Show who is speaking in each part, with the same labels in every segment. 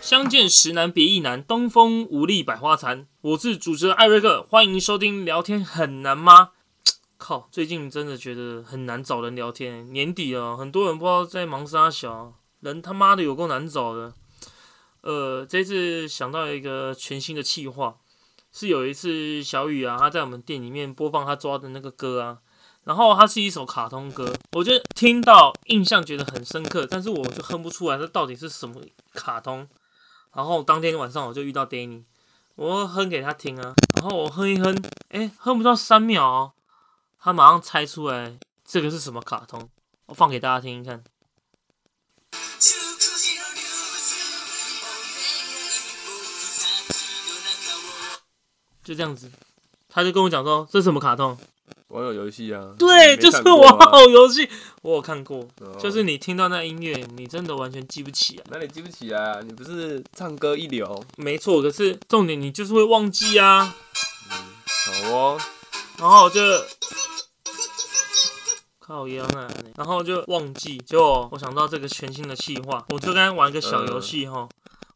Speaker 1: 相见时难别亦难，东风无力百花残。我是主持人艾瑞克，欢迎收听《聊天很难吗》靠，最近真的觉得很难找人聊天。年底了，很多人不知道在忙啥小，人他妈的有够难找的。呃，这次想到一个全新的企划，是有一次小雨啊，他在我们店里面播放他抓的那个歌啊，然后它是一首卡通歌，我就听到印象觉得很深刻，但是我就哼不出来这到底是什么卡通。然后当天晚上我就遇到 Danny，我哼给他听啊，然后我哼一哼，诶，哼不到三秒、哦，他马上猜出来这个是什么卡通，我放给大家听一看。就这样子，他就跟我讲说这是什么卡通，
Speaker 2: 网友游戏啊，
Speaker 1: 对，
Speaker 2: 没
Speaker 1: 就是
Speaker 2: 看过啊
Speaker 1: 玩偶游戏，我有看过，
Speaker 2: 哦
Speaker 1: 就是你听到那音乐，你真的完全记不起啊。
Speaker 2: 哪里记不起来啊？你不是唱歌一流？
Speaker 1: 没错，可是重点你就是会忘记啊。
Speaker 2: 好哦，
Speaker 1: 然后就靠腰那，然后就忘记。结果我想到这个全新的企划，我就跟他玩一个小游戏哈，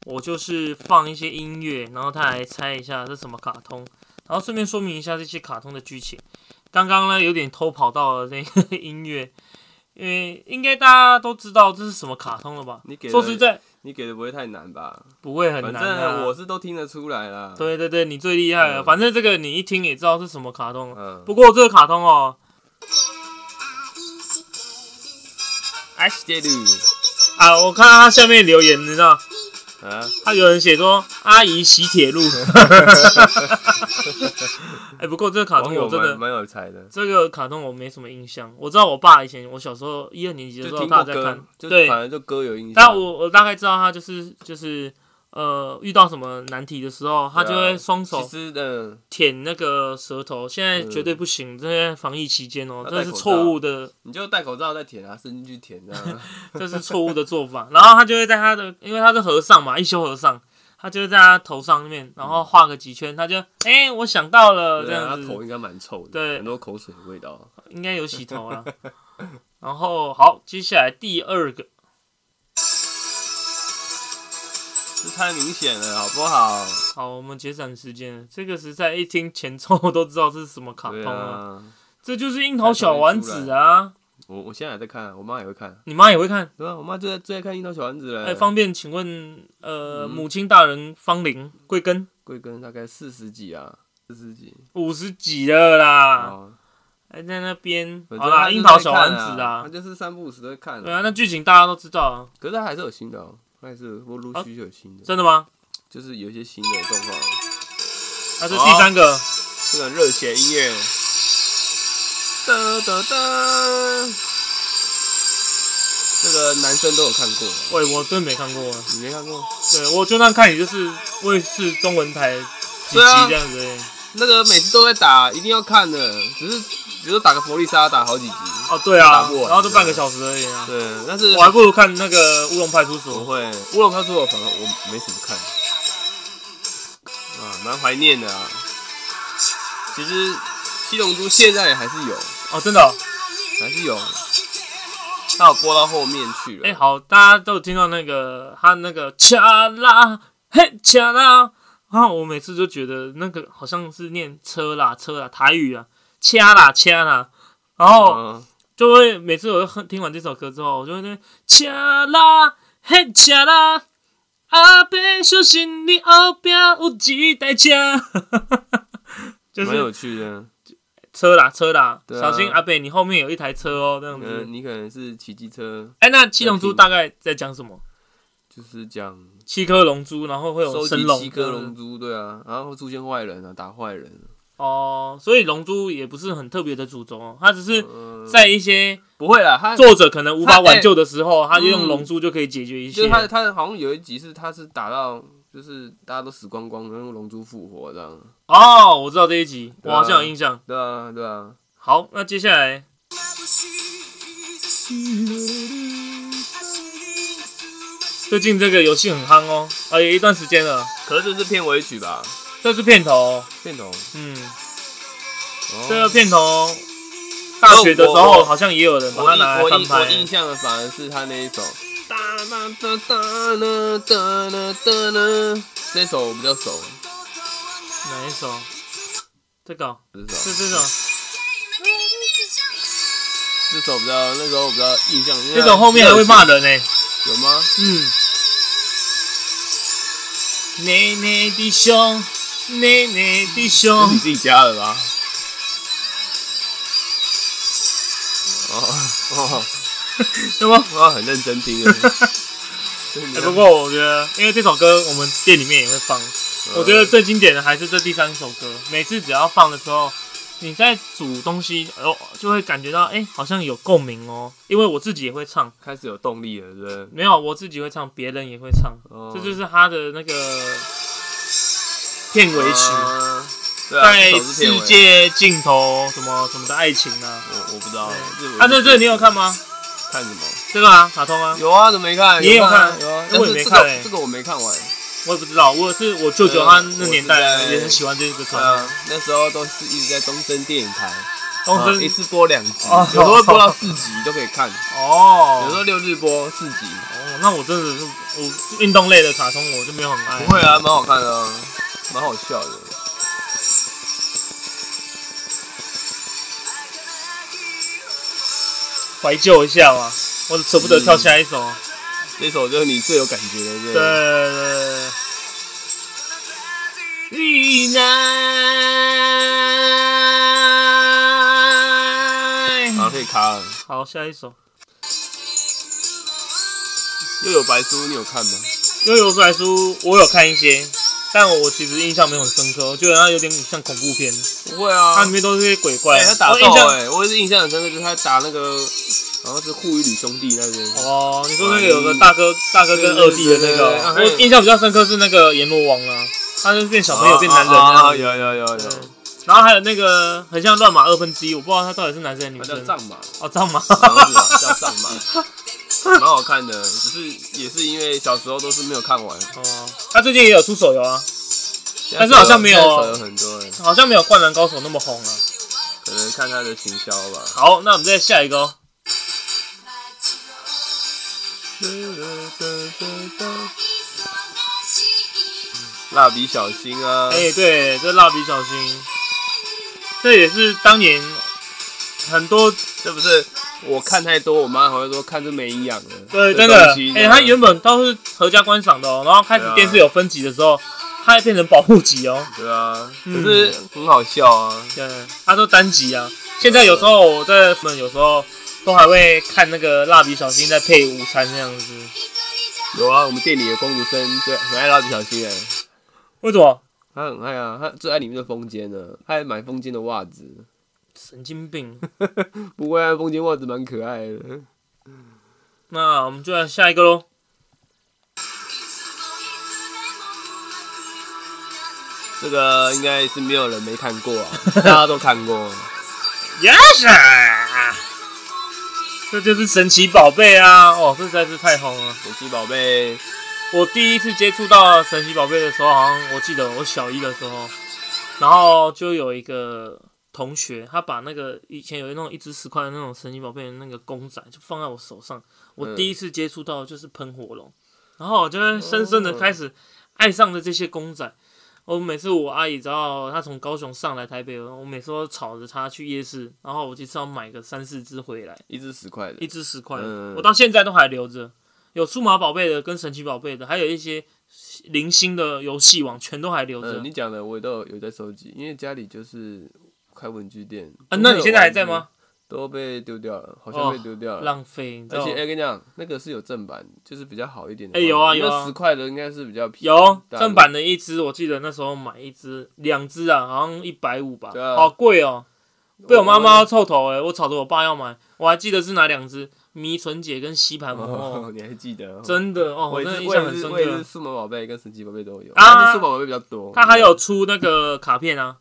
Speaker 1: 我就是放一些音乐，然后他来猜一下这什么卡通，然后顺便说明一下这些卡通的剧情。刚刚呢有点偷跑到了那个音乐，因为应该大家都知道这是什么卡通了吧
Speaker 2: 你？ 给
Speaker 1: 说
Speaker 2: 了
Speaker 1: 实在
Speaker 2: 你给的不会太难吧？
Speaker 1: 不会很
Speaker 2: 反
Speaker 1: 难、啊，
Speaker 2: 正我是都听得出来啦。，
Speaker 1: 对对对，你最厉害了。
Speaker 2: 嗯
Speaker 1: 反正这个你一听也知道是什么卡通了。
Speaker 2: 嗯，
Speaker 1: 不过这个卡通哦，哎
Speaker 2: 爱してる
Speaker 1: 啊，我看到他下面留言，你知道，
Speaker 2: 啊，
Speaker 1: 他有人写说阿姨洗铁路。 哎、不过这个卡
Speaker 2: 网
Speaker 1: 通
Speaker 2: 友
Speaker 1: 我真
Speaker 2: 蛮
Speaker 1: 的，
Speaker 2: 蛮有才的，
Speaker 1: 这个卡通我没什么印象。我知道我爸以前我小时候一二年级的
Speaker 2: 就
Speaker 1: 时候
Speaker 2: 听
Speaker 1: 他有
Speaker 2: 过
Speaker 1: 在看
Speaker 2: 歌，，就
Speaker 1: 对，
Speaker 2: 反正就歌有印象。
Speaker 1: 但我我大概知道他就是就是呃遇到什么难题的时候，他就
Speaker 2: 对啊
Speaker 1: 会双手
Speaker 2: 其实嗯，
Speaker 1: 舔那个舌头。现在绝对不行，这些防疫期间哦，
Speaker 2: 要
Speaker 1: 这
Speaker 2: 戴
Speaker 1: 是
Speaker 2: 口
Speaker 1: 错
Speaker 2: 罩
Speaker 1: 误的
Speaker 2: 你就戴口罩再舔啊，伸进去舔 啊。
Speaker 1: 这是错误的做法。然后他就会在他的，因为他是和尚嘛，一休和尚，他就会在他头上面，然后画个几圈，他就哎、我想到了这
Speaker 2: 对啊，
Speaker 1: 样
Speaker 2: 他
Speaker 1: 子
Speaker 2: 头，应该蛮臭的，
Speaker 1: 对
Speaker 2: 很多口水的味道。
Speaker 1: 应该有洗头了。 然后好，接下来第二个，
Speaker 2: 这太明显了，好不好？
Speaker 1: 好，我们节省时间了。这个实在一听前奏都知道这是什么卡
Speaker 2: 对
Speaker 1: 通了，
Speaker 2: 啊，
Speaker 1: 这就是樱桃小丸子啊。
Speaker 2: 我我现在还在看，啊我妈也会看，
Speaker 1: 你妈也会看？
Speaker 2: 对吧？啊我妈最爱最爱看《樱桃小丸子》了。
Speaker 1: 哎，方便请问，呃，
Speaker 2: 嗯
Speaker 1: 母亲大人芳龄贵庚？
Speaker 2: 贵庚大概四十几啊，四十几
Speaker 1: 五十几了啦，
Speaker 2: 哦。
Speaker 1: 还在那边。
Speaker 2: 反
Speaker 1: 啊好啦，
Speaker 2: 正她就是
Speaker 1: 樱桃小丸
Speaker 2: 在
Speaker 1: 子
Speaker 2: 看啊，
Speaker 1: 啊
Speaker 2: 他，就是三不五时都会看。
Speaker 1: 对啊，那剧情大家都知道啊，
Speaker 2: 可是他还是有新的哦，他还是我陆续有新的，
Speaker 1: 真的吗？
Speaker 2: 就是有一些新的动画，
Speaker 1: 那是第三个，
Speaker 2: 啊这种热血音乐。哦哒哒哒，这个男生都有看过，啊
Speaker 1: 喂，我真没看过。啊
Speaker 2: 你没看过？
Speaker 1: 对我就算看也就是卫视中文台几集
Speaker 2: 对啊
Speaker 1: 这样子而已。
Speaker 2: 那个每次都在打，一定要看的，只是比如说打个佛利萨打好几集。
Speaker 1: 哦，对
Speaker 2: 打
Speaker 1: 啊
Speaker 2: 不，完
Speaker 1: 然后就半个小时而已啊。
Speaker 2: 对，但是
Speaker 1: 我还不如看那个《乌龙派出
Speaker 2: 不
Speaker 1: 所》。
Speaker 2: 会，乌龙派出所反而我没怎么看，啊，蛮怀念的啊。其实七龙珠现在还是有，
Speaker 1: 哦，真的哦。
Speaker 2: 还是有，它有播到后面去了。
Speaker 1: 哎，好，大家都有听到那个他那个恰啦嘿恰啦，然后我每次就觉得那个好像是念车啦车啦台语啊掐啦掐啦，然后。
Speaker 2: 嗯，
Speaker 1: 就会每次我哼听完这首歌之后，我就会那边恰啦嘿恰啦，阿伯小心你后壁有一台车， 就
Speaker 2: 蛮有
Speaker 1: 是
Speaker 2: 趣的。
Speaker 1: 车啦车啦，
Speaker 2: 对啊
Speaker 1: 小心阿伯你后面有一台车哦，这样
Speaker 2: 嗯、
Speaker 1: 子。
Speaker 2: 你可能是骑机车，
Speaker 1: 哎、那七龙珠大概在讲什么？
Speaker 2: 就是讲
Speaker 1: 七颗龙珠，然后会有
Speaker 2: 收
Speaker 1: 神
Speaker 2: 集
Speaker 1: 龙，
Speaker 2: 七颗龙珠，对啊，然后会出现坏人啊，打坏人。
Speaker 1: 哦，所以龙珠也不是很特别的主轴哦，它只是
Speaker 2: 嗯、
Speaker 1: 在一些
Speaker 2: 不会啦，他
Speaker 1: 作者可能无法
Speaker 2: 它
Speaker 1: 挽救的时候，他就用
Speaker 2: 嗯
Speaker 1: 龙珠就可以解决一
Speaker 2: 就
Speaker 1: 些
Speaker 2: 是。他他好像有一集是他是打到就是大家都死光光，然后用龙珠复活这样。
Speaker 1: 哦，我知道这一集，我
Speaker 2: 对啊
Speaker 1: 好像有印象。
Speaker 2: 对啊，对啊。
Speaker 1: 好，那接下来最近这个游戏很夯哦，啊，有一段时间了，
Speaker 2: 可是这是片尾曲吧？哦
Speaker 1: 这是片头哦、
Speaker 2: 片头
Speaker 1: 嗯，这个片头，大学的时候好像也有人把
Speaker 2: 我
Speaker 1: 它
Speaker 2: 印
Speaker 1: 拿来
Speaker 2: 我
Speaker 1: 翻
Speaker 2: 印我
Speaker 1: 拍
Speaker 2: 印。象的反而是他那一首。哒啦哒哒啦哒啦哒啦，这首我比较熟，
Speaker 1: 哪一首？这个哦
Speaker 2: 这
Speaker 1: 是
Speaker 2: 首
Speaker 1: 这首，
Speaker 2: 这首比较那时候我比较印象。因为
Speaker 1: 这首后面还会骂人呢、
Speaker 2: 有吗？
Speaker 1: 嗯。奶奶的胸，奶奶的
Speaker 2: 是你
Speaker 1: 胸。
Speaker 2: 自己加的吧？哦哦
Speaker 1: 对 吗？
Speaker 2: 哇，很认真 听哎。
Speaker 1: 哎不过我觉得，因为这首歌我们店里面也会放，
Speaker 2: 哦
Speaker 1: 我觉得最经典的还是这第三首歌。每次只要放的时候，你在煮东西，哦，就会感觉到，哎、好像有共鸣哦。因为我自己也会唱，
Speaker 2: 开始有动力了，是不是？
Speaker 1: 没有我自己会唱，别人也会唱，
Speaker 2: 哦
Speaker 1: 这就是他的那个片尾曲，
Speaker 2: 啊对啊，
Speaker 1: 在
Speaker 2: 这首是片
Speaker 1: 世
Speaker 2: 尾。
Speaker 1: 界尽头什么什么的爱情啊。
Speaker 2: 我我不知道。
Speaker 1: 啊，这这你有看吗？
Speaker 2: 看什么？
Speaker 1: 这个啊，卡通啊，
Speaker 2: 有啊，怎么没看？
Speaker 1: 你也有
Speaker 2: 啊
Speaker 1: 看
Speaker 2: 有啊，
Speaker 1: 我
Speaker 2: 但
Speaker 1: 也
Speaker 2: 是
Speaker 1: 没
Speaker 2: 这
Speaker 1: 看欸
Speaker 2: 个这个我没看完。
Speaker 1: 我也不知道，我是我舅舅
Speaker 2: 对
Speaker 1: 他
Speaker 2: 啊
Speaker 1: 那年代
Speaker 2: 我是在
Speaker 1: 也很喜欢这个卡
Speaker 2: 对
Speaker 1: 通
Speaker 2: 啊，那时候都是一直在东森电影台，
Speaker 1: 东
Speaker 2: 啊一
Speaker 1: 森
Speaker 2: 次播两集，
Speaker 1: 哦
Speaker 2: 有时候会播到四集都可以看，
Speaker 1: 哦
Speaker 2: 有时候六日播四集。
Speaker 1: 哦，那我真的是我运动类的卡通我就没有很爱。
Speaker 2: 不会啊，蛮好看的啊，蛮好笑的。
Speaker 1: 怀旧一下嘛，我舍不得跳下一首。
Speaker 2: 这首就是你最有感觉的，
Speaker 1: 对
Speaker 2: 对不
Speaker 1: 对
Speaker 2: 对。
Speaker 1: 对。遇难。
Speaker 2: 啊，可以卡了。
Speaker 1: 好，下一首
Speaker 2: 又有白书，你有看吗？
Speaker 1: 《悠悠白书》，我有看一些，但我其实印象没有很深刻，我觉得它有点像恐怖片，
Speaker 2: 不会啊
Speaker 1: 它里面都是些鬼怪。
Speaker 2: 哎，他打
Speaker 1: 我印
Speaker 2: 斗
Speaker 1: 象
Speaker 2: 哎，我也是印象很深刻，就是他打那个，好像是护玉女兄弟那边。
Speaker 1: 哦，你说那个有个大哥，大哥跟二弟的那个哦，
Speaker 2: 对对对对
Speaker 1: 我印象比较深刻是那个阎罗王啊，他就是变小朋友变男人
Speaker 2: 啊啊
Speaker 1: 那
Speaker 2: 啊
Speaker 1: 样
Speaker 2: 有有有有
Speaker 1: 子。对。然后还有那个很像乱马二分之一，我不知道他到底是男生还是女
Speaker 2: 他叫
Speaker 1: 生。
Speaker 2: 藏马，
Speaker 1: 哦，藏马。
Speaker 2: 好像是吧叫藏 马，蛮好看的。只是也是因为小时候都是没有看完，
Speaker 1: 哦，他最近也有出手游啊，但是
Speaker 2: 现在手游
Speaker 1: 好像没有哦
Speaker 2: 现在手游很多哎，
Speaker 1: 好像没有《灌篮高手》那么红啊。
Speaker 2: 可能看他的行销吧。
Speaker 1: 好，那我们再下一个哦。
Speaker 2: 蜡笔小新啊，
Speaker 1: 哎，对，这蜡笔小新，这也是当年很多
Speaker 2: 这不是我看太多，我妈还会说看这没营养的。
Speaker 1: 对，
Speaker 2: 这
Speaker 1: 真的
Speaker 2: 东西，
Speaker 1: 哎、他原本都是合家观赏的哦，然后开始
Speaker 2: 对啊
Speaker 1: 电视有分级的时候，他还变成保护级哦，
Speaker 2: 对啊，可
Speaker 1: 嗯
Speaker 2: 是很好笑啊。
Speaker 1: 对，他都单级啊。现在有时候我在们有时候都还会看那个蜡笔小新在配午餐那样子，
Speaker 2: 有啊，我们店里的公主生最很爱蜡笔小新哎、
Speaker 1: 为什么？
Speaker 2: 她很爱啊，她最爱里面的风间呢，她还买风间的袜子。
Speaker 1: 神经病。
Speaker 2: 不过啊，风间袜子蛮可爱的。
Speaker 1: 那我们就来下一个喽。
Speaker 2: 这个应该是没有人没看过啊， 大家都看过。啊
Speaker 1: Yes，这就是神奇宝贝啊！哦，这实在是太红了。
Speaker 2: 神奇宝贝，
Speaker 1: 我第一次接触到神奇宝贝的时候，好像我记得我小一的时候，然后就有一个同学，他把那个以前有那种一只十块的那种神奇宝贝的那个公仔，就放在我手上。我
Speaker 2: 嗯
Speaker 1: 第一次接触到的就是喷火龙，然后我就会深深的开始爱上了这些公仔。我每次我阿姨只要她从高雄上来台北，我每次都吵着她去夜市，然后我就是要买个三四只回来。
Speaker 2: 一只十块
Speaker 1: 一
Speaker 2: 的，
Speaker 1: 只十块，
Speaker 2: 嗯
Speaker 1: 我到现在都还留着。有数码宝贝的，跟神奇宝贝的，还有一些零星的游戏王，全都还留着
Speaker 2: 嗯，。你讲的我都有有在收集，因为家里就是开文具店。
Speaker 1: 啊，那你现在还在吗？？哦
Speaker 2: 都被丢掉了，好像被丢掉了。
Speaker 1: 浪费，你知
Speaker 2: 而
Speaker 1: 道
Speaker 2: 且
Speaker 1: 吗
Speaker 2: 哎、跟你讲，那个是有正版，就是比较好一点的
Speaker 1: 哎
Speaker 2: 话。
Speaker 1: 有啊有啊
Speaker 2: 十块的应该是比较便宜。
Speaker 1: 有
Speaker 2: 大陆
Speaker 1: 正版的一只，我记得那时候买一只，两只啊，好像一百五吧
Speaker 2: 对，啊
Speaker 1: 好贵哦、被我妈
Speaker 2: 哦
Speaker 1: 妈臭头哎、我吵着我爸要买，我还记得是哪两只，迷纯姐跟吸盘魔
Speaker 2: 哦
Speaker 1: 后，，
Speaker 2: 你还记得哦？
Speaker 1: 真的哦，
Speaker 2: 我
Speaker 1: 我
Speaker 2: 也
Speaker 1: 真的
Speaker 2: 是，
Speaker 1: 印
Speaker 2: 我也
Speaker 1: 象很
Speaker 2: 是，
Speaker 1: 深
Speaker 2: 我也是
Speaker 1: 刻。
Speaker 2: 数码宝贝跟神奇宝贝都有，
Speaker 1: 啊
Speaker 2: 但是数码宝贝比较多。
Speaker 1: 他还有，出那个卡片啊，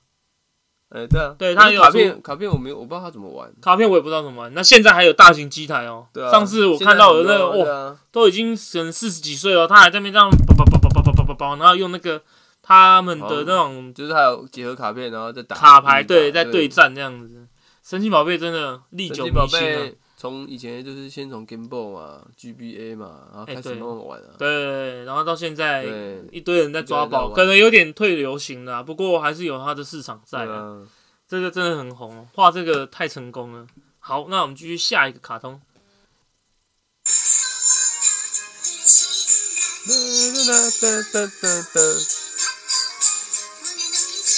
Speaker 2: 呃，对啊，
Speaker 1: 对它有
Speaker 2: 卡片，卡片我没有，我不知道它怎么玩。
Speaker 1: 卡片我也不知道怎么玩。那现在还有大型机台哦、
Speaker 2: 对啊，
Speaker 1: 上次我看到有那个哦哇
Speaker 2: 哇，
Speaker 1: 都已经可能四十几岁了，他还在那边这样叭叭叭叭叭叭叭叭叭，然后用那个他们
Speaker 2: 哦
Speaker 1: 的那种
Speaker 2: 就是还有结合卡片，然后再打
Speaker 1: 卡牌，对，在对
Speaker 2: 对
Speaker 1: 战这样子。神奇宝贝真的历
Speaker 2: 神
Speaker 1: 久
Speaker 2: 奇
Speaker 1: 弥
Speaker 2: 宝
Speaker 1: 新啊！
Speaker 2: 贝从以前就是先从 Game Boy 嘛、GBA 嘛，然后
Speaker 1: 哎
Speaker 2: 开始
Speaker 1: 对
Speaker 2: 慢慢玩啊。
Speaker 1: 对，然后到现在
Speaker 2: 对，
Speaker 1: 一堆人在抓
Speaker 2: 一堆人在
Speaker 1: 宝，
Speaker 2: 玩
Speaker 1: 可能有点退流行了啊、不过还是有它的市场在
Speaker 2: 对
Speaker 1: 啊。
Speaker 2: 啊，
Speaker 1: 这个真的很红哦，画这个太成功了。好，那我们继续下一个卡通。啊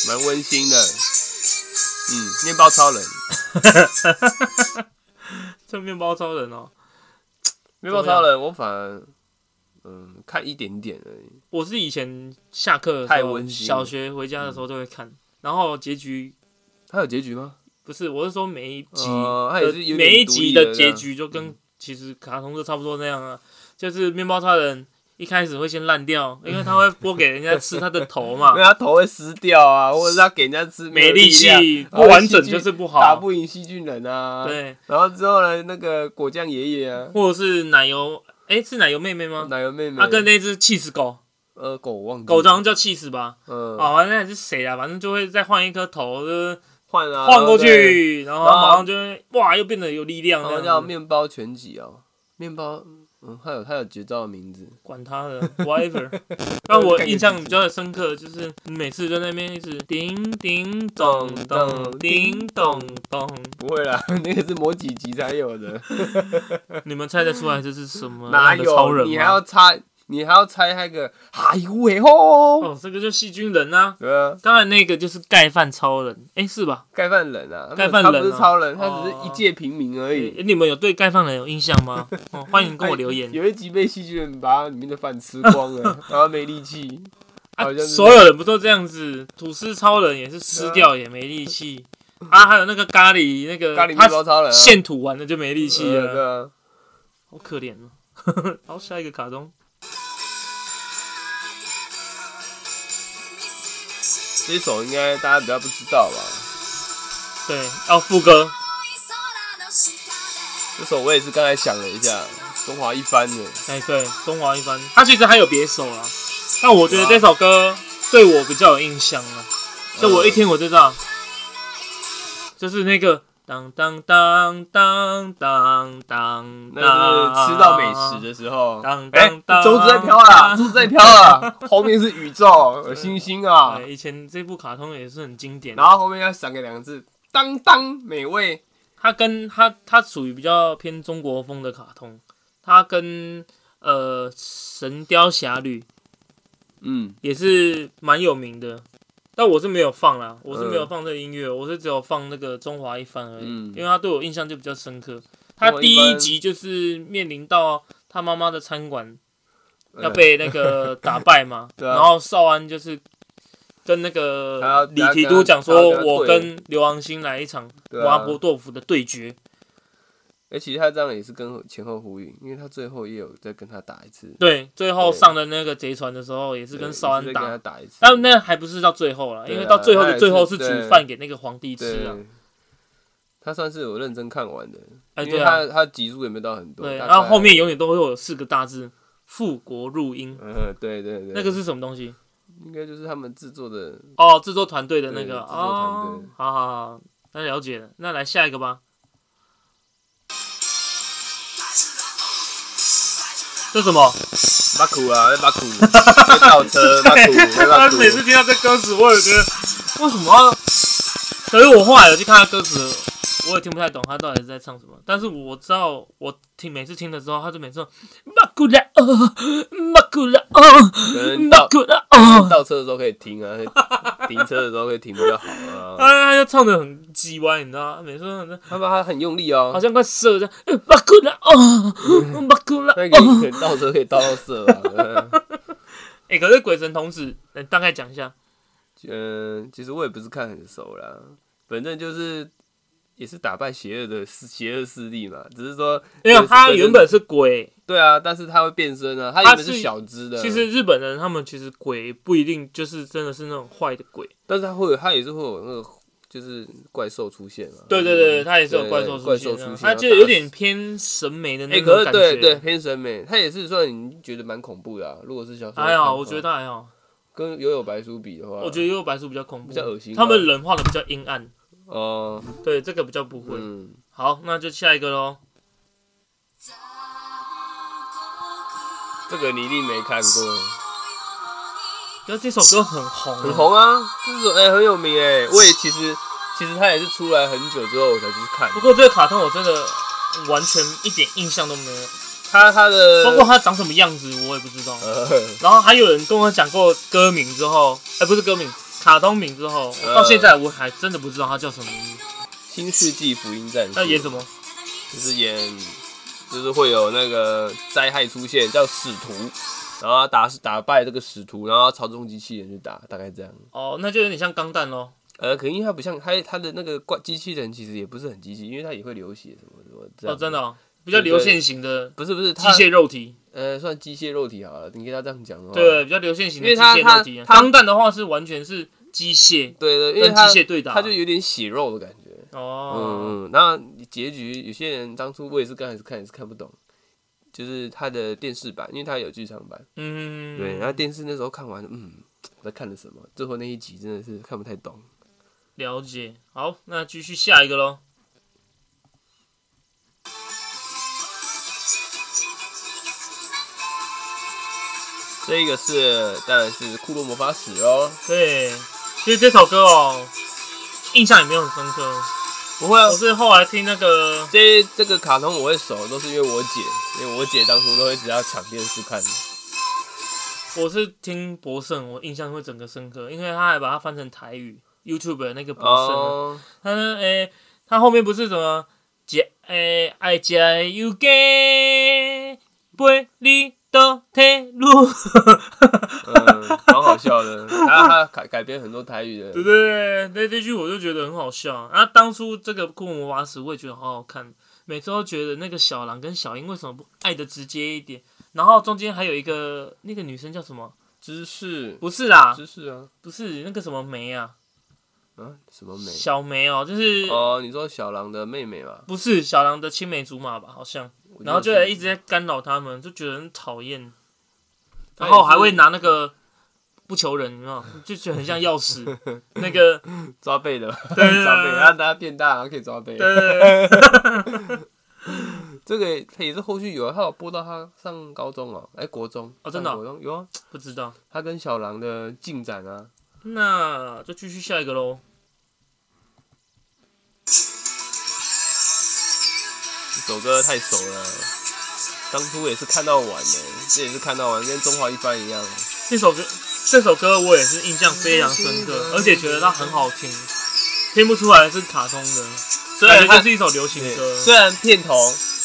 Speaker 2: 蛮温馨的。嗯，面包超人，
Speaker 1: 这面包超人哦，
Speaker 2: 面包超人，我反而嗯看一点点而已。
Speaker 1: 我是以前下课的
Speaker 2: 太
Speaker 1: 时候，
Speaker 2: 温馨嗯了
Speaker 1: 小学回家的时候都会看，然后结局
Speaker 2: 它有结局吗？
Speaker 1: 不是，我是说每一集
Speaker 2: 哦它也
Speaker 1: 的
Speaker 2: 是有点
Speaker 1: 每一集
Speaker 2: 独立
Speaker 1: 的
Speaker 2: 的嗯
Speaker 1: 结局就跟其实卡通就差不多那样啊，就是面包超人一开始会先烂掉，因为他会剥给人家吃他的头嘛
Speaker 2: 因为，他头会撕掉啊，或者是他给人家吃
Speaker 1: 没力
Speaker 2: 啊
Speaker 1: 气，
Speaker 2: 然后
Speaker 1: 不完整
Speaker 2: 细菌
Speaker 1: 就是不好，
Speaker 2: 打不赢细菌人啊。，
Speaker 1: 对，
Speaker 2: 然后之后呢，那个果酱爷爷啊，
Speaker 1: 或者是奶油，诶，是奶油妹妹吗？
Speaker 2: 奶油妹妹，
Speaker 1: 他跟那只气死狗，
Speaker 2: 呃狗我忘记了
Speaker 1: 狗好像叫气死吧？
Speaker 2: 嗯
Speaker 1: 哦，那是谁啊？反正就会再换一颗头，就是
Speaker 2: 换啊
Speaker 1: 换过，去，然后
Speaker 2: 然后
Speaker 1: 马上就会哇，又变得有力量
Speaker 2: 然后
Speaker 1: 这
Speaker 2: 对然后
Speaker 1: 样子。
Speaker 2: 叫面包全集哦，面包嗯，它有它有绝招的名字，
Speaker 1: 管他的 ，whatever。让我印象比较深刻，就是每次在那边一直叮叮咚咚，叮咚咚。
Speaker 2: 不会啦，那个是某几集才有的，
Speaker 1: 你们猜得出来这是什么
Speaker 2: 哪
Speaker 1: 样的超
Speaker 2: 有？
Speaker 1: 人
Speaker 2: 你还要
Speaker 1: 吗？
Speaker 2: 猜，你还要猜那个哎呦喂吼，
Speaker 1: 哦，这个就细菌人啊。
Speaker 2: 对啊，
Speaker 1: 刚才那个就是盖饭超人，诶，是吧？
Speaker 2: 盖饭人啊，
Speaker 1: 盖饭人啊
Speaker 2: 他不是超人，他只是
Speaker 1: 哦
Speaker 2: 一介平民而已。
Speaker 1: 诶你们有对盖饭人有印象吗？ 哦，欢迎跟我留言。
Speaker 2: 有一集被细菌人把里面的饭吃光了，然后没力气，
Speaker 1: 啊
Speaker 2: 好，像是
Speaker 1: 所有人不都这样子？吐司超人也是吃掉也没力气啊，还有那个咖喱那个
Speaker 2: 嗯咖喱面包超人、
Speaker 1: 他
Speaker 2: 啊，
Speaker 1: 现吐完了就没力气
Speaker 2: 呃对
Speaker 1: 了，
Speaker 2: 啊，
Speaker 1: 好可怜哦。 好，下一个卡通，
Speaker 2: 这一首应该大家比较不知道吧？
Speaker 1: 对，哦，副歌，
Speaker 2: 这首我也是刚才想了一下，中华一番的，
Speaker 1: 哎，对，中华一番，他其实还有别首啦，但我觉得
Speaker 2: 啊
Speaker 1: 这首歌对我比较有印象啊，就我一听我就知道，就是那个。当当当当当当，
Speaker 2: 那是吃到美食的时候，
Speaker 1: 当
Speaker 2: 哎、
Speaker 1: 当当
Speaker 2: 珠子在飘啊，珠子在飘啊， 后面是宇宙有星星啊
Speaker 1: 对，，以前这部卡通也是很经典的。
Speaker 2: 然后后面要闪个两个字，当当美味，
Speaker 1: 它跟它它属于比较偏中国风的卡通，它跟呃《神雕侠侣》
Speaker 2: 嗯，
Speaker 1: 也是蛮有名的，但我是没有放
Speaker 2: 嗯
Speaker 1: 啦，我是没有放这个音乐，我是只有放那个《中华一番》而已，
Speaker 2: 嗯
Speaker 1: 因为它对我印象就比较深刻。它第一集就是面临到他妈妈的餐馆要被那个打败嘛，
Speaker 2: 嗯 对啊
Speaker 1: 然后少安就是。跟那
Speaker 2: 他要
Speaker 1: 个李
Speaker 2: 他要
Speaker 1: 提
Speaker 2: 跟
Speaker 1: 督
Speaker 2: 他
Speaker 1: 讲
Speaker 2: 他
Speaker 1: 说
Speaker 2: 要跟，他
Speaker 1: 我
Speaker 2: 对
Speaker 1: 跟刘昂星来一场
Speaker 2: 对
Speaker 1: 麻
Speaker 2: 啊，
Speaker 1: 婆豆腐的对决，
Speaker 2: 哎、其实他这样也是跟前后呼应，因为他最后也有再跟他打一次，
Speaker 1: 对，最后
Speaker 2: 对
Speaker 1: 上的那个贼船的时候也是跟少安
Speaker 2: 对也是再跟
Speaker 1: 打
Speaker 2: 他，打一次，
Speaker 1: 但那还不是到最后了，
Speaker 2: 对啊
Speaker 1: 因为到最后的最后是煮
Speaker 2: 他也是
Speaker 1: 饭给那个皇帝吃啊。
Speaker 2: 对，他算是有认真看完的，
Speaker 1: 哎，
Speaker 2: 因
Speaker 1: 对
Speaker 2: 为
Speaker 1: 啊，
Speaker 2: 他他集数也没到很多，
Speaker 1: 对，
Speaker 2: 大
Speaker 1: 然后
Speaker 2: 概
Speaker 1: 后面永远都会有四个大字“复国入英
Speaker 2: 嗯，对对对，
Speaker 1: 那个是什么东西？
Speaker 2: 应该就是他们制作的，
Speaker 1: 哦，制作团队的那
Speaker 2: 对
Speaker 1: 个
Speaker 2: 制作团
Speaker 1: 哦
Speaker 2: 队，
Speaker 1: 好好好，那了解了，那来下一个吧。这什么？
Speaker 2: 马苦啊，马苦，会倒车，马 苦，会马
Speaker 1: 他
Speaker 2: 苦，
Speaker 1: 每次听到这歌词，我也觉得为什么要？可是我后来有去看他歌词，我也听不太懂他到底是在唱什么。但是我知道，我听每次听的时候，他就每次说马古拉哦，马古拉哦，
Speaker 2: 可能
Speaker 1: 马
Speaker 2: 倒
Speaker 1: 古拉哦，
Speaker 2: 倒车的时候可以停啊，停车的时候可以停比较好
Speaker 1: 他
Speaker 2: 啊。
Speaker 1: 哎他就唱的很鸡歪，你知道吗？每次都很
Speaker 2: 他把他很用力
Speaker 1: 好
Speaker 2: 哦，
Speaker 1: 像快射了，呃马古拉哦，马古拉
Speaker 2: 那个
Speaker 1: 哦。
Speaker 2: 可能倒车可以倒到色啊。嗯
Speaker 1: 哎、可是鬼神童子，呃大概讲一下，
Speaker 2: 嗯，其实我也不是看很熟啦，反正就是也是打败邪恶的势邪恶势力嘛，只是说
Speaker 1: 因为他原本是鬼，
Speaker 2: 对啊，但是他会变身啊，他
Speaker 1: 他
Speaker 2: 原本
Speaker 1: 是
Speaker 2: 是小只的，
Speaker 1: 其实日本人他们其实鬼不一定就是真的是那种坏的鬼。
Speaker 2: 但是他会有，他也是会有那个就是怪兽出现嘛。嗯
Speaker 1: 对对对，它也是有怪兽
Speaker 2: 怪
Speaker 1: 现
Speaker 2: 兽
Speaker 1: 的，
Speaker 2: 出现，
Speaker 1: 它就有点偏审美的
Speaker 2: 哎，
Speaker 1: 那
Speaker 2: 可
Speaker 1: 种
Speaker 2: 是
Speaker 1: 感
Speaker 2: 对对
Speaker 1: 觉。哎
Speaker 2: 偏审美，他也是算你觉得蛮恐怖的啊。如果是小时候看的话，
Speaker 1: 还好，我觉得它还好。
Speaker 2: 跟《悠悠白书》比的话，
Speaker 1: 我觉得幽白书比较恐怖，
Speaker 2: 比较恶心吧
Speaker 1: 他们人画的比较阴暗，
Speaker 2: 哦，
Speaker 1: 对这个比较不会。
Speaker 2: 嗯，
Speaker 1: 好，那就下一个喽。
Speaker 2: 这个你一定没看过，
Speaker 1: 可是这首歌很红，
Speaker 2: 很。红啊，这首哎、很有名哎、我也其实其实它也是出来很久之后我才去看，
Speaker 1: 不过这个卡通我真的完全一点印象都没有，
Speaker 2: 它它的
Speaker 1: 包括它长什么样子我也不知道。
Speaker 2: 呃
Speaker 1: 然后还有人跟我讲过歌名之后，哎、不是歌名，卡通名之后，
Speaker 2: 呃
Speaker 1: 到现在我还真的不知道它叫什么名字。
Speaker 2: 新世纪福音战士，
Speaker 1: 那演什么？
Speaker 2: 就是演，就是会有那个灾害出现，叫使徒，然后他打打败这个使徒，然后他操纵机器人去打，大概这样。
Speaker 1: 哦，那就有点像钢弹喽。
Speaker 2: 呃，可能因为他不像他他的那个怪机器人其实也不是很机器，因为他也会流血什么什么这
Speaker 1: 哦，
Speaker 2: 样。
Speaker 1: 真的、哦，比较流线型的
Speaker 2: 不是不是
Speaker 1: 机
Speaker 2: 他
Speaker 1: 械肉体，
Speaker 2: 呃算机械肉体好了，你跟他这样讲的话。
Speaker 1: 对，比较流线型的
Speaker 2: 哦因为
Speaker 1: 机
Speaker 2: 它
Speaker 1: 械肉体。啊
Speaker 2: 它它
Speaker 1: 钢弹的话是完全是机械
Speaker 2: 对对，因
Speaker 1: 跟
Speaker 2: 为
Speaker 1: 机
Speaker 2: 他呃
Speaker 1: 械对打，
Speaker 2: 他就有点血肉的感觉。
Speaker 1: 哦，
Speaker 2: 嗯嗯，那结局有些人当初我也是刚开始看也是看不懂，就是他的电视版，因为他有剧场版。
Speaker 1: 嗯，
Speaker 2: 对，啊然后电视那时候看完，嗯，我在看的什么？最后那一集真的是看不太懂。
Speaker 1: 了解。好，那继续下一个喽。
Speaker 2: 这个是当然是库洛魔法使哦，
Speaker 1: 对，其实这首歌哦，印象也没有很深刻。
Speaker 2: 不会啊
Speaker 1: 我，是后来听那个，
Speaker 2: 这这个卡通我会熟，都是因为我姐，因为我姐当初都会只要抢电视看。
Speaker 1: 我是听博胜，我印象会整个深刻，因为他还把它翻成台语，YouTube 的那个博胜啊，
Speaker 2: 哦，
Speaker 1: 他呢，诶、他后面不是什么姐，诶、爱食的油鸡，陪你倒退路，
Speaker 2: 嗯，蛮好笑的，他他改改编很多台语的
Speaker 1: 对，不对？那这句我就觉得很好笑啊。啊当初这个《库洛魔法使》我也觉得好好看，每次都觉得那个小狼跟小樱为什么不爱的直接一点？然后中间还有一个那个女生叫什么？
Speaker 2: 知识
Speaker 1: 不是啦，
Speaker 2: 知识啊，
Speaker 1: 不是那个什么梅啊，
Speaker 2: 啊什么美？
Speaker 1: 小梅哦、就是、
Speaker 2: 哦，你说小狼的妹妹嘛？
Speaker 1: 不是小狼的青梅竹马吧？好像，
Speaker 2: 我
Speaker 1: 然后就
Speaker 2: 记得是
Speaker 1: 一直在干扰他们，就觉得很讨厌。
Speaker 2: 她
Speaker 1: 然
Speaker 2: 也
Speaker 1: 后还会
Speaker 2: 是
Speaker 1: 拿那个不求人，你知道，就觉得很像钥匙， 那个
Speaker 2: 抓背的吧，抓
Speaker 1: 对对对
Speaker 2: 背，让大家变大，然后可以抓背。
Speaker 1: 呃，
Speaker 2: 这个他也是后续有啊，他有播到他上高中哦、哎、国中
Speaker 1: 哦真的哦
Speaker 2: 上国中有啊，
Speaker 1: 不知道。
Speaker 2: 他跟小狼的进展啊，
Speaker 1: 那就继续下一个喽。
Speaker 2: 这首歌太熟了，啊当初也是看到晚的，这也是看到晚，跟中华一番一样。啊
Speaker 1: 这首歌，这首歌我也是印象非常深刻，而且觉得它很好听，听不出来是卡通的，
Speaker 2: 虽
Speaker 1: 感
Speaker 2: 然
Speaker 1: 觉
Speaker 2: 它
Speaker 1: 就是一首流行
Speaker 2: 对
Speaker 1: 歌。
Speaker 2: 虽然片头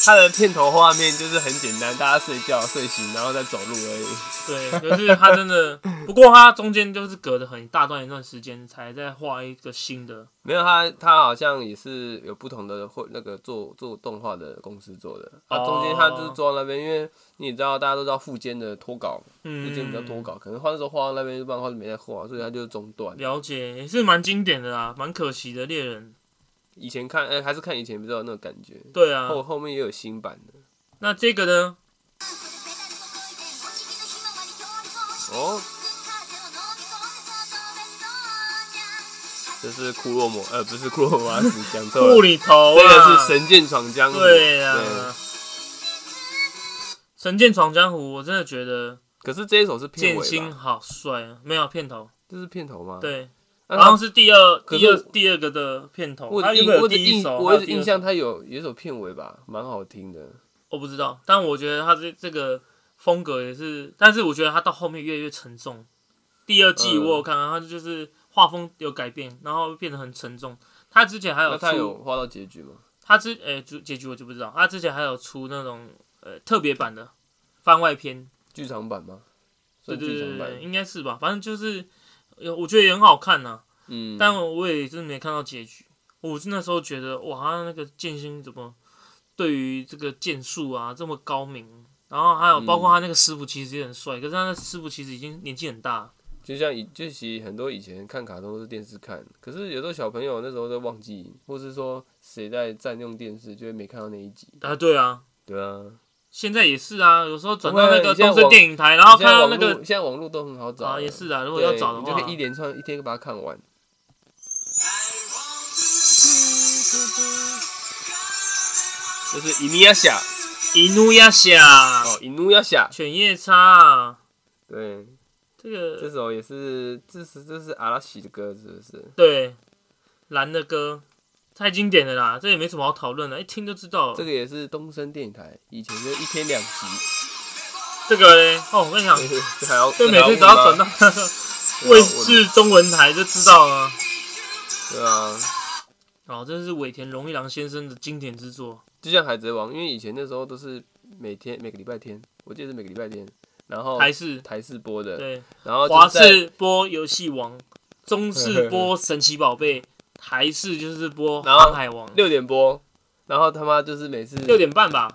Speaker 2: 它的片头画面就是很简单，大家睡觉睡醒然后再走路而已。
Speaker 1: 对，可是它真的，不过它中间就是隔了很一大段一段时间才在画一个新的。
Speaker 2: 没有他，他好像也是有不同的会那个做做动画的公司做的。啊，
Speaker 1: 哦
Speaker 2: 中间他就是做到那边，因为你也知道，大家都知道富坚的脱稿，
Speaker 1: 嗯
Speaker 2: 附近比较多搞，可能画的时候画到那边漫画就没在画，所以它就中断。
Speaker 1: 了解，也是蛮经典的啦，蛮可惜的猎人。
Speaker 2: 以前看，哎、还是看以前比较有那种感觉。
Speaker 1: 对啊，
Speaker 2: 后后面也有新版的
Speaker 1: 那这个呢？
Speaker 2: 哦，这是库洛魔，呃，不是库洛魔法使，讲错
Speaker 1: 布
Speaker 2: 了，
Speaker 1: 里头
Speaker 2: 这
Speaker 1: 啊，
Speaker 2: 个是神剑闯江湖。
Speaker 1: 对呀、
Speaker 2: 对
Speaker 1: 啊，神剑闯江湖，我真的觉得
Speaker 2: 可是这一首是片
Speaker 1: 剑
Speaker 2: 尾
Speaker 1: 心
Speaker 2: 吧？
Speaker 1: 好帅啊！没有片头，
Speaker 2: 这是片头吗？。
Speaker 1: 对，
Speaker 2: 啊、
Speaker 1: 好像是第二、
Speaker 2: 可
Speaker 1: 第
Speaker 2: 是
Speaker 1: 二、
Speaker 2: 我
Speaker 1: 第二个的片头，
Speaker 2: 我
Speaker 1: 它
Speaker 2: 的
Speaker 1: 原
Speaker 2: 印
Speaker 1: 本有
Speaker 2: 我的
Speaker 1: 第一
Speaker 2: 印
Speaker 1: 首，
Speaker 2: 我
Speaker 1: 还有
Speaker 2: 的
Speaker 1: 第二
Speaker 2: 印
Speaker 1: 首
Speaker 2: 象，它有有一首片尾吧，蛮好听的。
Speaker 1: 我不知道，但我觉得他这这个风格也是，但是我觉得他到后面越来越沉重。第二季
Speaker 2: 嗯
Speaker 1: 我有看到，他就是画风有改变，然后变得很沉重。他之前还有
Speaker 2: 那它
Speaker 1: 出，
Speaker 2: 有画到结局吗？
Speaker 1: 他之呃、结结局我就不知道，他之前还有出那种呃特别版的番外篇，
Speaker 2: 剧场版吗？
Speaker 1: 对
Speaker 2: 算
Speaker 1: 对
Speaker 2: 剧
Speaker 1: 对
Speaker 2: 场版
Speaker 1: 对，。应该是吧，反正就是，呃我觉得也很好看呐、啊
Speaker 2: 嗯，
Speaker 1: 但我也真的没看到结局。我那时候觉得，哇，他那个剑心怎么对于这个剑术啊这么高明？然后还有
Speaker 2: 嗯
Speaker 1: 包括他那个师傅其实也很帅，可是他的师傅其实已经年纪很大。
Speaker 2: 就像以就其实很多以前看卡通都是电视看，可是有时候小朋友那时候都忘记，或是说谁在占用电视，就会没看到那一集。
Speaker 1: 啊，对啊，
Speaker 2: 对啊，
Speaker 1: 现在也是啊，有时候转到那
Speaker 2: 不会
Speaker 1: 个
Speaker 2: 你现在
Speaker 1: 东森
Speaker 2: 网
Speaker 1: 电影台，然后
Speaker 2: 现
Speaker 1: 看
Speaker 2: 在
Speaker 1: 到
Speaker 2: 网
Speaker 1: 那
Speaker 2: 络
Speaker 1: 个
Speaker 2: 现在网络都很好找
Speaker 1: 啊，
Speaker 2: 了
Speaker 1: 也是啊，如果
Speaker 2: 对
Speaker 1: 要找的
Speaker 2: 你就
Speaker 1: 话哦
Speaker 2: 可以，一连串一天把它看完。就是伊尼亚夏
Speaker 1: 伊努亚夏、
Speaker 2: 哦，伊努亚夏，
Speaker 1: 犬夜叉，
Speaker 2: 对，
Speaker 1: 这个
Speaker 2: 这首也是，这是这是阿拉西的歌，是不是？
Speaker 1: 对蓝的歌太经典了啦，这也没什么好讨论的，一听就知道了。
Speaker 2: 这个也是东森电影台以前就一天 两集，
Speaker 1: 这个嘞，哦，我跟你讲，
Speaker 2: 这还要
Speaker 1: 就
Speaker 2: 这
Speaker 1: 每
Speaker 2: 还要
Speaker 1: 次
Speaker 2: 问啊
Speaker 1: 只要
Speaker 2: 吗
Speaker 1: 转到那 个卫视中文台就知道了。
Speaker 2: 对啊，
Speaker 1: 哦，这是尾田荣一郎先生的经典之作。
Speaker 2: 就像海贼王，因为以前那时候都是每天每个礼拜天，我记得是每个礼拜天，然后
Speaker 1: 台视
Speaker 2: 台视播的，
Speaker 1: 对，
Speaker 2: 然后
Speaker 1: 华
Speaker 2: 就是在
Speaker 1: 视播游戏王，中视播神奇宝贝，台视就是播
Speaker 2: 然后
Speaker 1: 航海王。
Speaker 2: 六点播，然后他妈就是每次
Speaker 1: 六点半吧，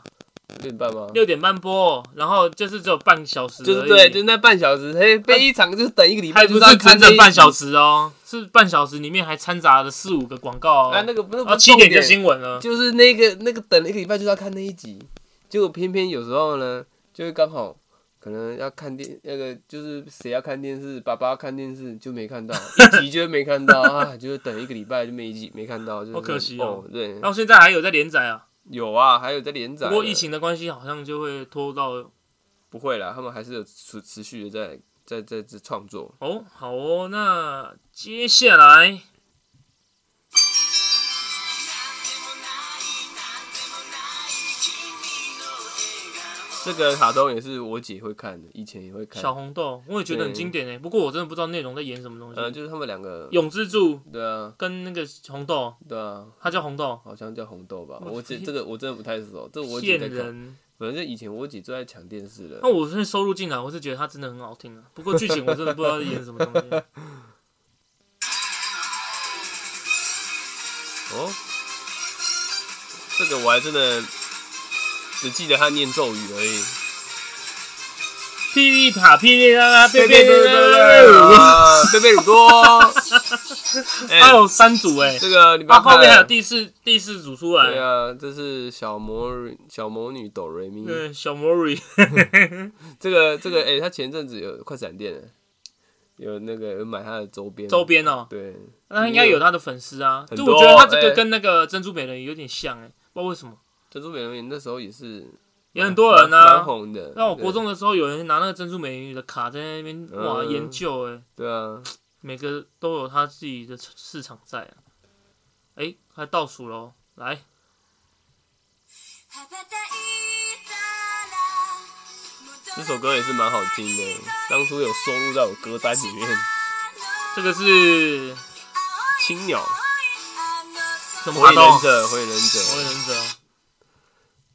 Speaker 2: 六点半吗？
Speaker 1: 六点半播，然后就是只有半小时而已，
Speaker 2: 就是对，就是那半小时，嘿，被一场就是等一个礼拜，
Speaker 1: 还不
Speaker 2: 就是是要看
Speaker 1: 整整半小
Speaker 2: 时。
Speaker 1: 时哦，是半小时里面还掺杂了四五个广告、哦，
Speaker 2: 啊，那个不是
Speaker 1: 然后七
Speaker 2: 点
Speaker 1: 点就新闻了，
Speaker 2: 就是那个那个等了一个礼拜就是要看那一集，结果偏偏有时候呢，就会刚好可能要看电那个就是谁要看电视，爸爸要看电视就没看 到一集，就没看到啊，就是等一个礼拜就没一集没看到，就是
Speaker 1: 好可惜哦
Speaker 2: 对，
Speaker 1: 然后现在还有在连载啊，
Speaker 2: 有啊，还有在连载
Speaker 1: 不
Speaker 2: 呢。
Speaker 1: 过疫情的关系好像就会拖到
Speaker 2: 不会啦，他们还是有持持续的在在在在创作。
Speaker 1: 哦，好哦，那接下来
Speaker 2: 这个卡通也是我姐会看的，以前也会看。
Speaker 1: 小红豆，我也觉得很经典欸诶，不过我真的不知道内容在演什么东西。
Speaker 2: 呃，就是他们两个。
Speaker 1: 永之助
Speaker 2: 对啊，
Speaker 1: 跟那个红豆，
Speaker 2: 对啊，
Speaker 1: 他叫红豆，
Speaker 2: 好像叫红豆吧。
Speaker 1: 我
Speaker 2: 我姐
Speaker 1: 天
Speaker 2: 这个我真的不太熟，这我姐
Speaker 1: 骗
Speaker 2: 在看。
Speaker 1: 人。
Speaker 2: 反正就以前我姐最爱抢电视了
Speaker 1: 那。我是收入进来，我是觉得它真的很好听啊。不过剧情我真的不知道在演什么东 西。
Speaker 2: 哦，这个我还真的只记得她念咒语而已。
Speaker 1: 霹雳塔，霹雳啦啦，贝
Speaker 2: 贝
Speaker 1: 贝
Speaker 2: 贝
Speaker 1: 鲁
Speaker 2: 鲁
Speaker 1: 多
Speaker 2: 多，啊贝贝鲁 多。哎
Speaker 1: 它，有三组哎，
Speaker 2: 这个你把
Speaker 1: 它
Speaker 2: 它看
Speaker 1: 后面还有
Speaker 2: 了。
Speaker 1: 第四第四组出
Speaker 2: 对
Speaker 1: 来。
Speaker 2: 啊，这是小魔女小魔女哆瑞咪。
Speaker 1: 对，小魔瑞，
Speaker 2: 嗯这个这个，哎、他前阵子有快闪店了，有那个有买他的周边。
Speaker 1: 周。边哦，
Speaker 2: 对，
Speaker 1: 那应该有他的粉丝啊。
Speaker 2: 很
Speaker 1: 就
Speaker 2: 多
Speaker 1: 我觉得他这个
Speaker 2: 哎
Speaker 1: 跟那个珍珠美人鱼有点像哎，不知道为什么。
Speaker 2: 珍珠美人鱼那时候也是
Speaker 1: 也很多人
Speaker 2: 蛮
Speaker 1: 啊
Speaker 2: 蛮。红的。
Speaker 1: 那我国
Speaker 2: 对
Speaker 1: 中的时候，有人拿那个珍珠美人鱼的卡在那边哇
Speaker 2: 嗯
Speaker 1: 研究哎，
Speaker 2: 对啊，
Speaker 1: 每个都有他自己的市场在啊。哎，快倒数喽，来。
Speaker 2: 这首歌也是蛮好听的，当初有收录在我歌单里面。
Speaker 1: 这个是
Speaker 2: 青鸟、
Speaker 1: 什么
Speaker 2: 火
Speaker 1: 卡
Speaker 2: 影
Speaker 1: 通？
Speaker 2: 忍
Speaker 1: 火
Speaker 2: 者、火影忍者、
Speaker 1: 影忍者。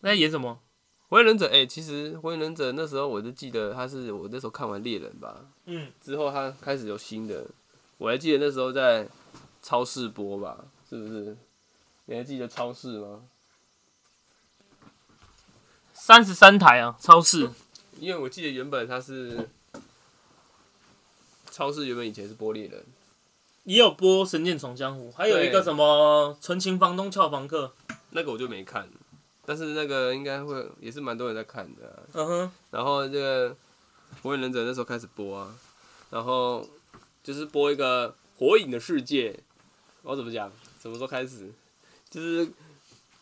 Speaker 1: 那在演什么？
Speaker 2: 火影忍者。哎、其实火影忍者那时候我就记得他是我那时候看完猎人吧，
Speaker 1: 嗯，
Speaker 2: 之后他开始有新的，我还记得那时候在超市播吧，是不是？你还记得超市吗？
Speaker 1: 三十三台啊，超市。
Speaker 2: 因为我记得原本它是超市，原本以前是玻璃人，
Speaker 1: 也有播《神剑闯江湖》，还有一个
Speaker 2: 对
Speaker 1: 什么《纯情房东俏房客》。
Speaker 2: 那个我就没看，但是那个应该会也是蛮多人在看的啊、
Speaker 1: 嗯哼，
Speaker 2: 然后这个《火影忍者》那时候开始播啊，然后就是播一个《火影的世界》，我怎么讲？什么时候开始？就是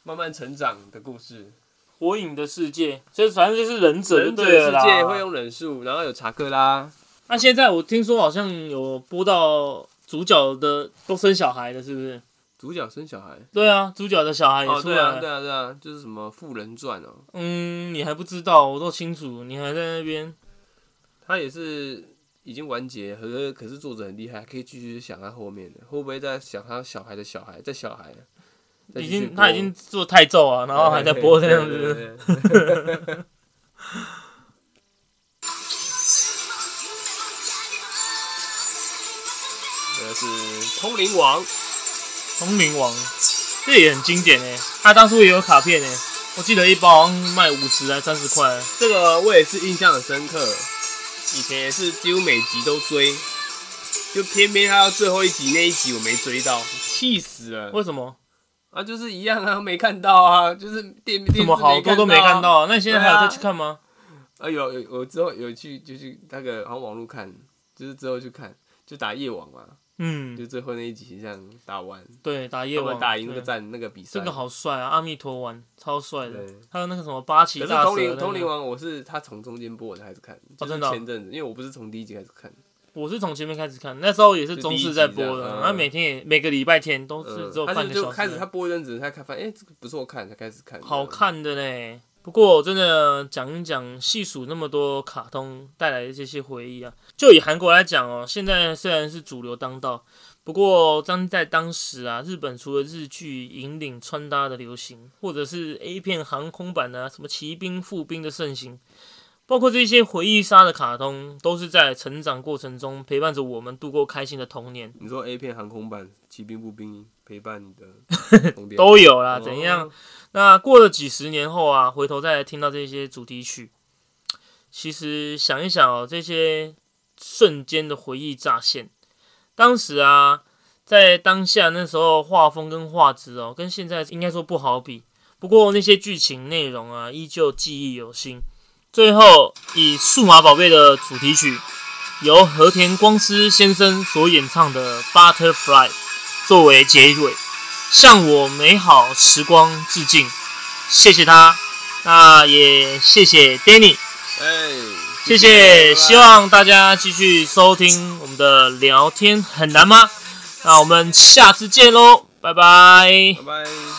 Speaker 2: 慢慢成长的故事。
Speaker 1: 《火影的世界》，所以反正就是忍者就
Speaker 2: 忍者
Speaker 1: 对了
Speaker 2: 世
Speaker 1: 啦。
Speaker 2: 界会用忍术，然后有查克拉，
Speaker 1: 那现在我听说好像有播到主角的都生小孩了，是不是？
Speaker 2: 主角生小孩。
Speaker 1: 对啊，主角的小孩也
Speaker 2: 哦，
Speaker 1: 出
Speaker 2: 对
Speaker 1: 来
Speaker 2: 啊，
Speaker 1: 了。
Speaker 2: 对啊，对啊，就是什么《富人传》哦，
Speaker 1: 嗯，你还不知道，我都清楚，你还在那边。
Speaker 2: 他也是已经完结，可是可是作者很厉害，还可以继续想他后面的，会不会再想他小孩的小孩，再小孩，啊再
Speaker 1: 已
Speaker 2: 继续
Speaker 1: 经
Speaker 2: 播哦
Speaker 1: 他已经做太咒啊，然后还在播这样
Speaker 2: 对
Speaker 1: 子。
Speaker 2: 对对对这呃是《通灵王》，
Speaker 1: 丛林王，这也很经典哎、他当初也有卡片哎、我记得一包好像卖五十还三十块，
Speaker 2: 这个我也是印象很深刻，以前也是几乎每集都追，就偏偏他到最后一集那一集我没追到，气死了。
Speaker 1: 为什么？
Speaker 2: 啊，就是一样啊，没看到啊，就是电
Speaker 1: 怎么好多都没看。到啊？那你现在还有
Speaker 2: 对啊
Speaker 1: 再去看吗？
Speaker 2: 啊，有有我之后有去就去那个好像网络看，就是之后去看，就打夜网嘛，
Speaker 1: 嗯，
Speaker 2: 就最后那一集这样打完，
Speaker 1: 对，打夜
Speaker 2: 啊他们
Speaker 1: 晚
Speaker 2: 打赢那个
Speaker 1: 对
Speaker 2: 战那个比赛。
Speaker 1: 这个好帅啊！阿弥陀丸超帅的
Speaker 2: 对，
Speaker 1: 还有那个什么八岐
Speaker 2: 可是
Speaker 1: 大蛇
Speaker 2: 通
Speaker 1: 的那
Speaker 2: 灵
Speaker 1: 个，
Speaker 2: 通灵王，我是他从中间播我才开始看，就是
Speaker 1: 真的哦
Speaker 2: 前阵子，因为我不是从第一集开始看，
Speaker 1: 我是从前面开始看，那时候也是中视在播
Speaker 2: 就第一集
Speaker 1: 的，
Speaker 2: 的嗯嗯
Speaker 1: 那每天也每个礼拜天都是只有
Speaker 2: 他
Speaker 1: 半
Speaker 2: 是
Speaker 1: 个
Speaker 2: 呃就
Speaker 1: 小
Speaker 2: 开始
Speaker 1: 时
Speaker 2: 他，播一阵子才看，发现哎这个不错看，才开始看。
Speaker 1: 好，看的嘞。不过真的讲一讲，细数那么多卡通带来的这些回忆啊，就以韩国来讲哦，现在虽然是主流当道，不过当在当时啊，日本除了日剧引领穿搭的流行，或者是 A 片航空版啊，什么骑兵、步兵的盛行，包括这些回忆杀的卡通，都是在成长过程中陪伴着我们度过开心的童年。
Speaker 2: 你说 A 片航空版骑兵步兵陪伴 你的童年
Speaker 1: 都有啦，怎样？
Speaker 2: 哦
Speaker 1: 那过了几十年后啊，回头再来听到这些主题曲，其实想一想哦，这些瞬间的回忆乍现，当时啊，在当下那时候画风跟画质哦，跟现在应该说不好比。不过那些剧情内容啊，依旧记忆犹新。最后以《数码宝贝》的主题曲，由和田光司先生所演唱的《Butterfly》作为结尾。向我美好时光致敬，谢谢他，那也谢谢 Danny，
Speaker 2: 哎，
Speaker 1: 谢谢，
Speaker 2: 拜拜
Speaker 1: 希望大家继续收听我们的聊天很难吗？那我们下次见喽，拜拜
Speaker 2: 拜拜。